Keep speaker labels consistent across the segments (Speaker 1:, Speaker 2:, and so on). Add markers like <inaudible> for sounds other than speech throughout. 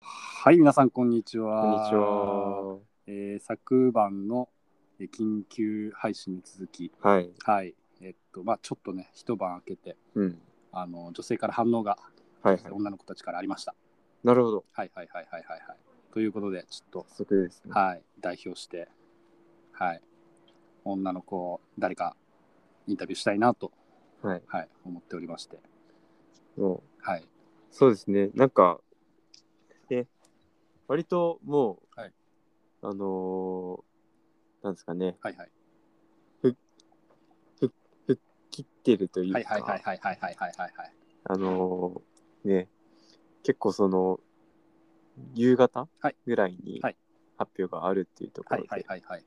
Speaker 1: はい、皆さん、こんにちは。
Speaker 2: こんにち。は。
Speaker 1: えー昨晩のえー緊急配信に続き、
Speaker 2: はい。
Speaker 1: はい、えっと、まあ、ちょっとね、一晩明けて、
Speaker 2: うん。
Speaker 1: あの、女性から反応が、
Speaker 2: はいはい。
Speaker 1: 女の子たちからありました。
Speaker 2: なるほど。
Speaker 1: はい、はい、はい、はい、はい、はい。ということで、ちょっ
Speaker 2: 早速です
Speaker 1: と、
Speaker 2: ね。
Speaker 1: はい、代表して、はい、女の子を誰かインタビューしたいなと、
Speaker 2: はい。
Speaker 1: はい、思っておりまして、
Speaker 2: もう、
Speaker 1: はい、
Speaker 2: そうですね。なんか、え、割ともう、
Speaker 1: はい
Speaker 2: あのーなんですかね、
Speaker 1: はい、はい、
Speaker 2: 切ってるというか、
Speaker 1: はい、はい、はい、はい、はい、はい、はい、はい、はい、
Speaker 2: あのーね、結構その、夕方
Speaker 1: はい
Speaker 2: ぐらいに
Speaker 1: はい
Speaker 2: 発表があるっていうとこ
Speaker 1: は
Speaker 2: ろ
Speaker 1: い、
Speaker 2: で、
Speaker 1: はい、はい、はい、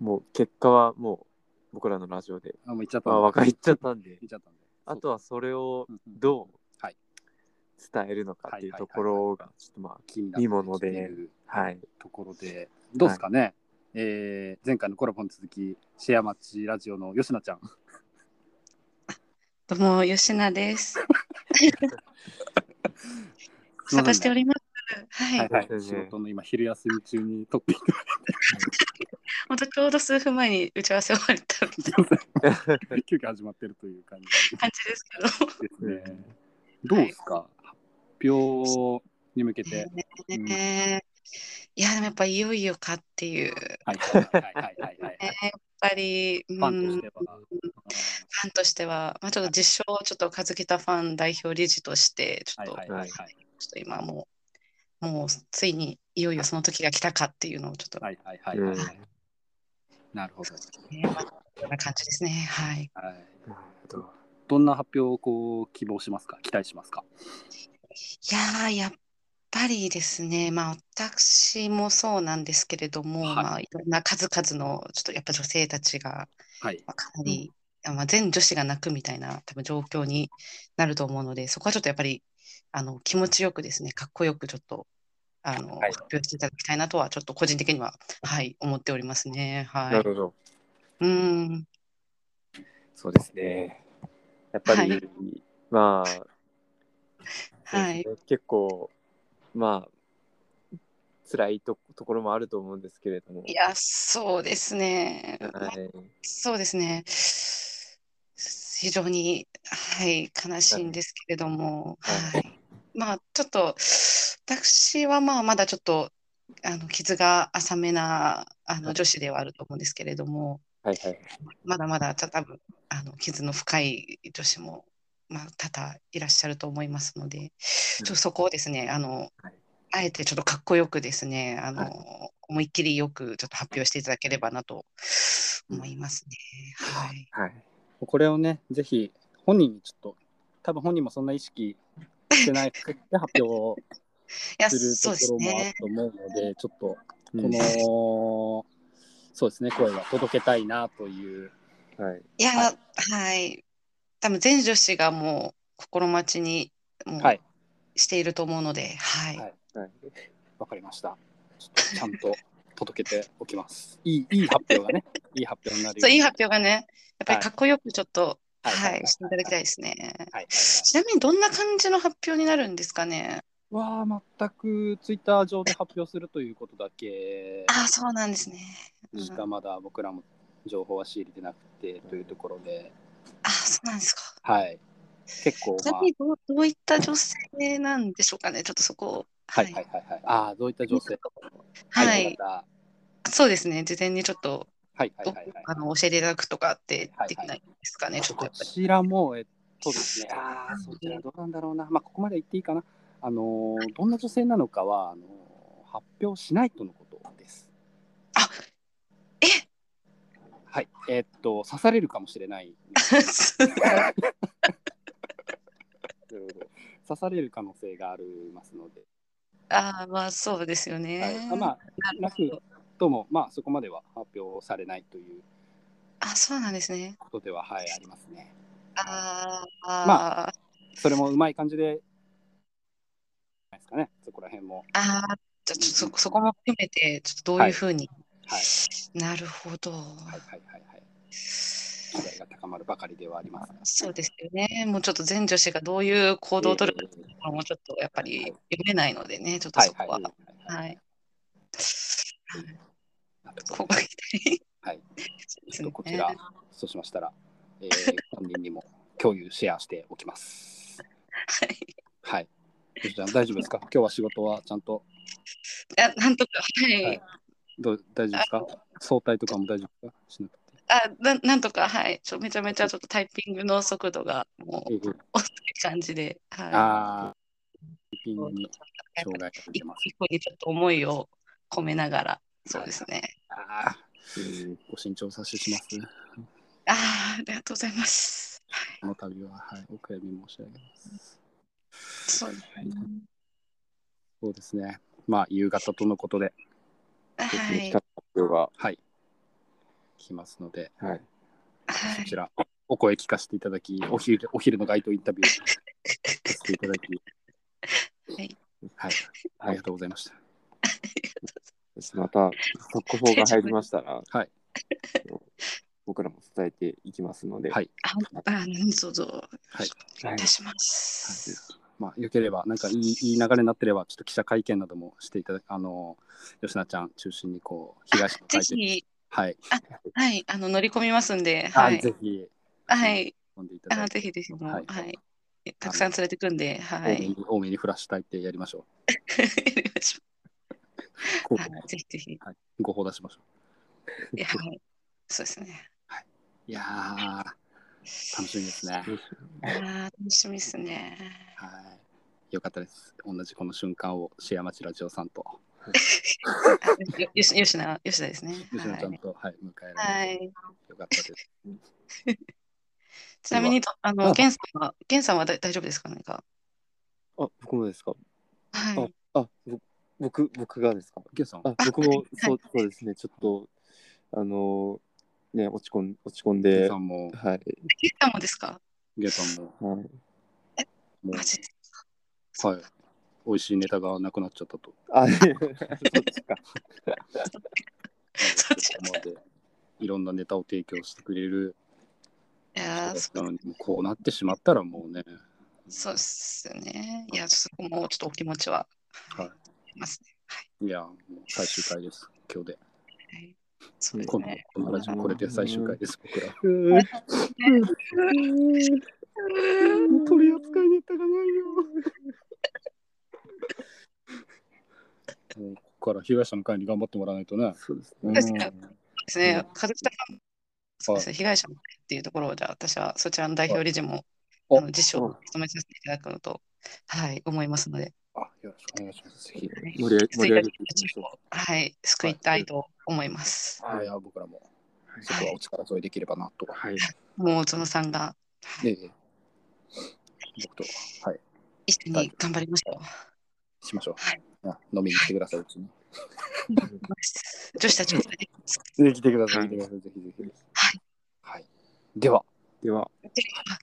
Speaker 2: もう結果はもう僕らのラジオで、
Speaker 1: あ、もう行っちゃった
Speaker 2: ま
Speaker 1: ん
Speaker 2: あ、
Speaker 1: で
Speaker 2: 分かりちゃったんで
Speaker 1: 行、っちゃったんで。
Speaker 2: あとはそれを
Speaker 1: うんうん
Speaker 2: どう
Speaker 1: はい
Speaker 2: 伝えるのかっていうところが、ちょっとま
Speaker 1: 気になって
Speaker 2: いいもので
Speaker 1: きてる
Speaker 2: あ、はい。
Speaker 1: ところでどうですかね、えー前回のコラボに続きシェアマッチラジオの吉野ちゃん
Speaker 3: どうも、吉菜です。ご無沙汰しております。はい、
Speaker 1: はいはい
Speaker 2: そうです
Speaker 1: 仕
Speaker 2: ね
Speaker 1: 事の今昼休み中に撮っていただ
Speaker 3: 本当ちょうど数分前に打ち合わせ終わったみたいない
Speaker 1: て急遽始まってるという感じ
Speaker 3: 感じですけど。
Speaker 1: ですね、どうですか、発表に向けて <laughs> うん
Speaker 3: ねいや、でもやっぱいよいよかっていう、ね
Speaker 1: はいはいはいはいはいはい
Speaker 3: やっぱり、うん
Speaker 1: ファンとしては、
Speaker 3: ファンとしては、まあ、ちょっと実証をちょっと和北ファン代表理事として、ちょ
Speaker 1: は
Speaker 3: っ
Speaker 1: い
Speaker 3: と、
Speaker 1: はい
Speaker 3: ちょ
Speaker 1: は
Speaker 3: っ
Speaker 1: いはい
Speaker 3: と今もう、もうついにいよいよその時が来たかっていうのをちょっと、
Speaker 1: はいはいはい
Speaker 2: うん
Speaker 1: はいなるほど、
Speaker 3: ねまあこんな感じですね。はい。
Speaker 1: はい、
Speaker 2: なるほど
Speaker 1: どんな発表をこう希望しますか期待しますか
Speaker 3: いやー、やっぱりですね、まあ、私もそうなんですけれども、
Speaker 1: はい
Speaker 3: まあ、いろんな数々の、ちょっとやっぱ女性たちが、
Speaker 1: はい
Speaker 3: まあ、かなり、まあ、全女子が泣くみたいな、多分状況になると思うので、そこはちょっとやっぱり、あの、気持ちよくですね、かっこよくちょっと、あの、
Speaker 1: はい
Speaker 3: 発表していただきたいなとは、ちょっと個人的には、はい、思っておりますね。は。
Speaker 2: ないるほど。
Speaker 3: うん。
Speaker 2: そうですね。やっぱり、
Speaker 3: は
Speaker 2: まあ、そうですね
Speaker 3: はい。
Speaker 2: 結構、まあ、辛いとところもあると思うんですけれども、
Speaker 3: いや、そうですね。
Speaker 2: はい、
Speaker 3: そうですね。非常に、はい、悲しいんですけれども、
Speaker 2: は
Speaker 3: はいい。まあ、ちょっと、私はまあ、まだちょっと、あの、傷が浅めな、あ
Speaker 2: は
Speaker 3: の、
Speaker 2: い
Speaker 3: 女子ではあると思うんですけれども、
Speaker 2: はいはい。
Speaker 3: まだまだ、た多分、あの、傷の深い女子も、まあ、多々いらっしゃると思いますので、ちょっとそこをですね、あの
Speaker 2: はい、
Speaker 3: あえてちょっとかっこよくですね、あの
Speaker 2: は、
Speaker 3: 思いっきりよくちょっと発表していただければなと思いますね。はい。
Speaker 2: はい、
Speaker 1: これをね、ぜひ本人にちょっと、多分本人もそんな意識してないで発表
Speaker 3: <laughs>
Speaker 1: を
Speaker 3: いや、
Speaker 1: する
Speaker 3: そう
Speaker 1: とこ
Speaker 3: です
Speaker 1: ろもあ
Speaker 3: ね
Speaker 1: る。と思うので、ちょっとこ
Speaker 2: うん
Speaker 1: の、そうですね、声は届けたいなという。
Speaker 2: はい、
Speaker 3: いや、
Speaker 1: は
Speaker 3: はい。多分全女子がもう心待ちにもう
Speaker 1: はい
Speaker 3: していると思うので、はい。
Speaker 1: はい
Speaker 2: はい。
Speaker 1: わかりました。ちょっとちゃんと届けておきます。いいいい発表
Speaker 3: <laughs>
Speaker 1: がね、いい発表になるよ
Speaker 3: そう、
Speaker 1: に
Speaker 3: いい発表がね、やっぱ
Speaker 1: は
Speaker 3: り
Speaker 1: い
Speaker 3: かっこよくちょっと、
Speaker 1: はいはい
Speaker 3: は
Speaker 1: はい
Speaker 3: い、していただきたいですね。
Speaker 1: はい
Speaker 3: ちなみにどんな感じの発表になるんですかね。
Speaker 1: はいわあ、全くツイッター上で発表するということだけ
Speaker 3: ああ、そうなんですね。うん
Speaker 1: しかまだ僕らも情報は仕入れてなくてというところで、
Speaker 3: ああ、そうなんですか。
Speaker 1: はい。結構、
Speaker 3: ち
Speaker 1: ま
Speaker 3: な
Speaker 1: あ
Speaker 3: み、にどうどういった女性なんでしょうかね。ちょっとそこを、
Speaker 1: は
Speaker 3: はい
Speaker 1: はいはいはい。ああ、どういった情勢
Speaker 3: は
Speaker 1: はい
Speaker 3: い。そうですね。事前にちょっと
Speaker 1: はいはい
Speaker 3: ど
Speaker 1: はいはい。
Speaker 3: あの教えていただくとかってできないですかね、ちょっと
Speaker 1: こ
Speaker 3: やっぱり。
Speaker 1: ちらも、えっとですね、ああ、そちらどうなんだろうな。まあ、ここまで言っていいかな。あのー、どんな女性なのかは、あのー、発表しないとのことです。
Speaker 3: あえ
Speaker 1: はい。えっと、刺されるかもしれない。 <laughs> 刺される可能性がありますので、
Speaker 3: <laughs> ああ、まあそうですよね。
Speaker 1: はいあまあ、
Speaker 3: なるほど
Speaker 1: どうも、まあ、そこまでは発表されないという
Speaker 3: あ、そうなんですね。
Speaker 1: ことでは、はい、ありますね。
Speaker 3: あー
Speaker 1: ま
Speaker 3: あー、
Speaker 1: それもうまい感じで、ないですかね、そこら辺も。
Speaker 3: ああ、じゃあちょっとそこそこも含めて、ちょっとどういうふうに、
Speaker 1: はい、
Speaker 3: なるほど。
Speaker 1: はい、はい、はい、はい。期待が高まるばかりではあります。
Speaker 3: そうですよね。もうちょっと全女子がどういう行動を取るかっていうのもちょっとやっぱり読めないのでね、ちょっと
Speaker 1: はい
Speaker 3: そ
Speaker 1: はい
Speaker 3: こ
Speaker 1: は。。
Speaker 3: はいはいい。
Speaker 1: なるほ
Speaker 3: こ
Speaker 1: ど
Speaker 3: こが痛い <laughs>
Speaker 1: はい。
Speaker 3: で
Speaker 1: ち
Speaker 3: す
Speaker 1: ょっ
Speaker 3: ね
Speaker 1: と。こちら、そうしましたら、えー、本人にも共有、シェアしておきます。
Speaker 3: はい。い
Speaker 1: はい。よしちゃん、大丈夫ですか今日は仕事はちゃんと、
Speaker 3: や、なんとか、はい。
Speaker 1: はいどう大丈夫ですか早退とかも大丈夫ですかしなくて。
Speaker 3: あ、な、なんとか、はい。ちょ、めちゃめちゃちょっとタイピングの速度がもう
Speaker 1: えー
Speaker 3: 遅い感じで、はい。
Speaker 1: ああ、タイピングに
Speaker 3: やっぱ
Speaker 1: 障害が出てます。
Speaker 3: 一個にちょっと思いを込めながら、そうですね。
Speaker 1: ああ、
Speaker 2: うん
Speaker 1: ご慎重させします。
Speaker 3: ああ、ありがとうございます。
Speaker 1: この度は、はい、お悔やみ申し上げます。
Speaker 3: そうですね。
Speaker 1: そうですね。まあ、夕方とのことで、
Speaker 3: は
Speaker 2: 見
Speaker 3: い
Speaker 2: つか。った人が、
Speaker 1: はい、来ますので、
Speaker 2: はい。
Speaker 3: は
Speaker 1: そ
Speaker 3: い
Speaker 1: ち。ら、お声聞かせていただき、お昼お昼の街頭インタビューを <laughs> させていただき、
Speaker 3: はい
Speaker 1: はい、ありがとうございました。
Speaker 2: また、速報が入りましたら、
Speaker 1: はい
Speaker 2: 僕らも伝えていきますので、
Speaker 1: はい
Speaker 3: あ、あ、何卒お
Speaker 1: はい
Speaker 3: 願いいたしま
Speaker 1: はい
Speaker 3: す。
Speaker 1: まあ、よければ、なんかいいいい流れになってれば、ちょっと記者会見などもしていただき、あの、吉菜ちゃん中心に、こう、被害者の
Speaker 3: ぜ
Speaker 1: 会見、
Speaker 3: ひ、
Speaker 1: はい、
Speaker 3: はい、あの、乗り込みますんで、
Speaker 1: は、
Speaker 3: はいい。
Speaker 1: ぜひ、
Speaker 3: はい。
Speaker 1: 飛んでいた
Speaker 3: あ
Speaker 1: だ
Speaker 3: の、
Speaker 1: いて、
Speaker 3: ぜひぜひもう、
Speaker 1: はい
Speaker 3: はい。たくさん連れてくんで、は
Speaker 1: 多め
Speaker 3: い。
Speaker 1: に多めにフラッシュ焚いてやりましょう。
Speaker 3: はいぜひぜひ。
Speaker 1: ご報出しましょう。
Speaker 3: いや、はい。そうですね。
Speaker 1: いやー、楽しみですね。
Speaker 3: ああ、楽しみですね。
Speaker 1: はい。よかったです。同じこの瞬間をシェアマチラジオさんと、
Speaker 3: よよし、よしな、よしなですね。
Speaker 1: 吉野ちゃん
Speaker 3: は
Speaker 1: と、はい、迎えられ
Speaker 3: い。は
Speaker 1: て、
Speaker 3: い。
Speaker 1: よかった <laughs> です。
Speaker 3: ちなみに、あ
Speaker 1: あ
Speaker 3: の、ゲンさんは、ゲンさんはだ大丈夫ですかなんか。
Speaker 2: あ、僕もですか
Speaker 3: は
Speaker 2: あ、ぼ僕、僕がですか
Speaker 1: ゲンさん、
Speaker 2: あ
Speaker 3: あ、
Speaker 2: 僕
Speaker 3: は
Speaker 2: も
Speaker 3: い
Speaker 2: そうそうですね、ちょっと、あのー、ね、落ち込ん落ち込
Speaker 1: ゲ
Speaker 2: ん
Speaker 1: ン
Speaker 2: で、
Speaker 1: さ
Speaker 2: は
Speaker 1: んも
Speaker 2: い、、はい。
Speaker 3: い。ゲンさんもですか
Speaker 1: ゲンさんも、もう
Speaker 3: マ、ジですか
Speaker 1: はい。美味しいネタがなくなっちゃったと
Speaker 2: あ、そっちか。
Speaker 3: そうです
Speaker 1: 思うので、いろんなネタを提供してくれる
Speaker 3: い
Speaker 1: 人
Speaker 3: や
Speaker 1: だ
Speaker 3: ー
Speaker 1: っ
Speaker 3: そ
Speaker 1: たのに、もうこうなってしまったらもうね、
Speaker 3: そうですよね。いや、そこもちょっとお気持ちは、、
Speaker 1: はい
Speaker 3: ますね。
Speaker 1: いや、もう最終回です、今日で。
Speaker 3: はい。そうです
Speaker 1: 今度
Speaker 3: ね。、
Speaker 1: このラジオ、これで最終回です、僕ら。 <laughs> 取り扱いネタがないよ。もうここから被害者の会に頑張ってもらわないとね。
Speaker 2: そうです
Speaker 1: うん
Speaker 2: ね。
Speaker 3: 確かにそうですね。和北さん、そうですね。被害者の会っていうところを、じゃあ、私はそちらの代表理事も、
Speaker 1: はい
Speaker 3: あの、辞書を務めさせていただくのと、はい、思いますので、
Speaker 1: あ、よろしくお願いします。ぜひ。
Speaker 2: 盛り上げ盛り上げていきましょう。
Speaker 3: はい、救いたいと思います。
Speaker 1: はい、あ僕らも、
Speaker 2: はい
Speaker 1: そこはお力添えできればなと。
Speaker 2: はい。
Speaker 3: もう、ゾノさんが、は
Speaker 1: え
Speaker 3: い、
Speaker 1: え僕と、はい、
Speaker 3: 一緒に頑張りましょう。
Speaker 1: しましょう
Speaker 3: はい。
Speaker 1: あ飲みに来てください、うちに。
Speaker 3: 女子たちも連れてきます。
Speaker 1: ぜひ来てくだ
Speaker 2: さい
Speaker 1: 来てください、ぜひぜひ。
Speaker 3: はい。
Speaker 1: はい。では、
Speaker 2: では、
Speaker 3: であ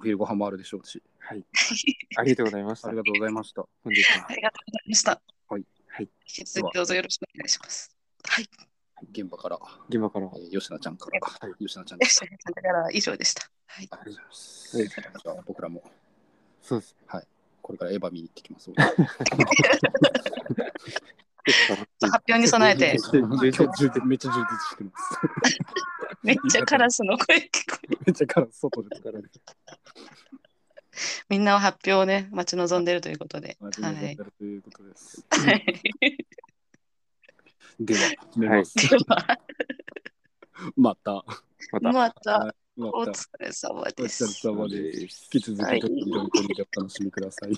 Speaker 1: お昼ご飯もあるでしょうし、
Speaker 2: はい。ありがとうございました。
Speaker 1: あり
Speaker 2: 本
Speaker 1: がとうございました。
Speaker 2: 日は
Speaker 3: あ。りがとうございました。
Speaker 1: はい
Speaker 2: はい
Speaker 3: 引き続きどうぞよろしくお願いします。
Speaker 1: <laughs>
Speaker 3: はい。
Speaker 1: 現場から、
Speaker 2: 現場からは
Speaker 1: え。ー、吉野ちゃんから、
Speaker 2: はい
Speaker 1: 吉野ちゃんで
Speaker 3: よ
Speaker 1: し。
Speaker 3: したさんから以上でした。はい。
Speaker 1: ありがとうございます。
Speaker 2: はい
Speaker 1: じゃあ僕らも
Speaker 2: そうです。
Speaker 1: これからエヴァ見に行ってきます。
Speaker 3: 発表に <laughs> 備
Speaker 1: <laughs>
Speaker 3: えて、
Speaker 1: めっちゃ充実めっちゃ充実してます。
Speaker 3: めっちゃカラスの声聞こえる。
Speaker 1: めっちゃから外ですからね。
Speaker 3: みんなは発表をね、待ち望んでるということで。
Speaker 1: まあ充
Speaker 3: は
Speaker 1: 実して
Speaker 3: い。
Speaker 1: るということです。
Speaker 3: はい <laughs>
Speaker 1: では、寝ます。
Speaker 3: では
Speaker 1: また、
Speaker 2: また。
Speaker 3: <laughs> また
Speaker 1: ま
Speaker 3: お
Speaker 1: た、
Speaker 3: 疲れ様
Speaker 1: お疲
Speaker 3: です。
Speaker 1: れ様です。引き続き、どうぞお楽しみください。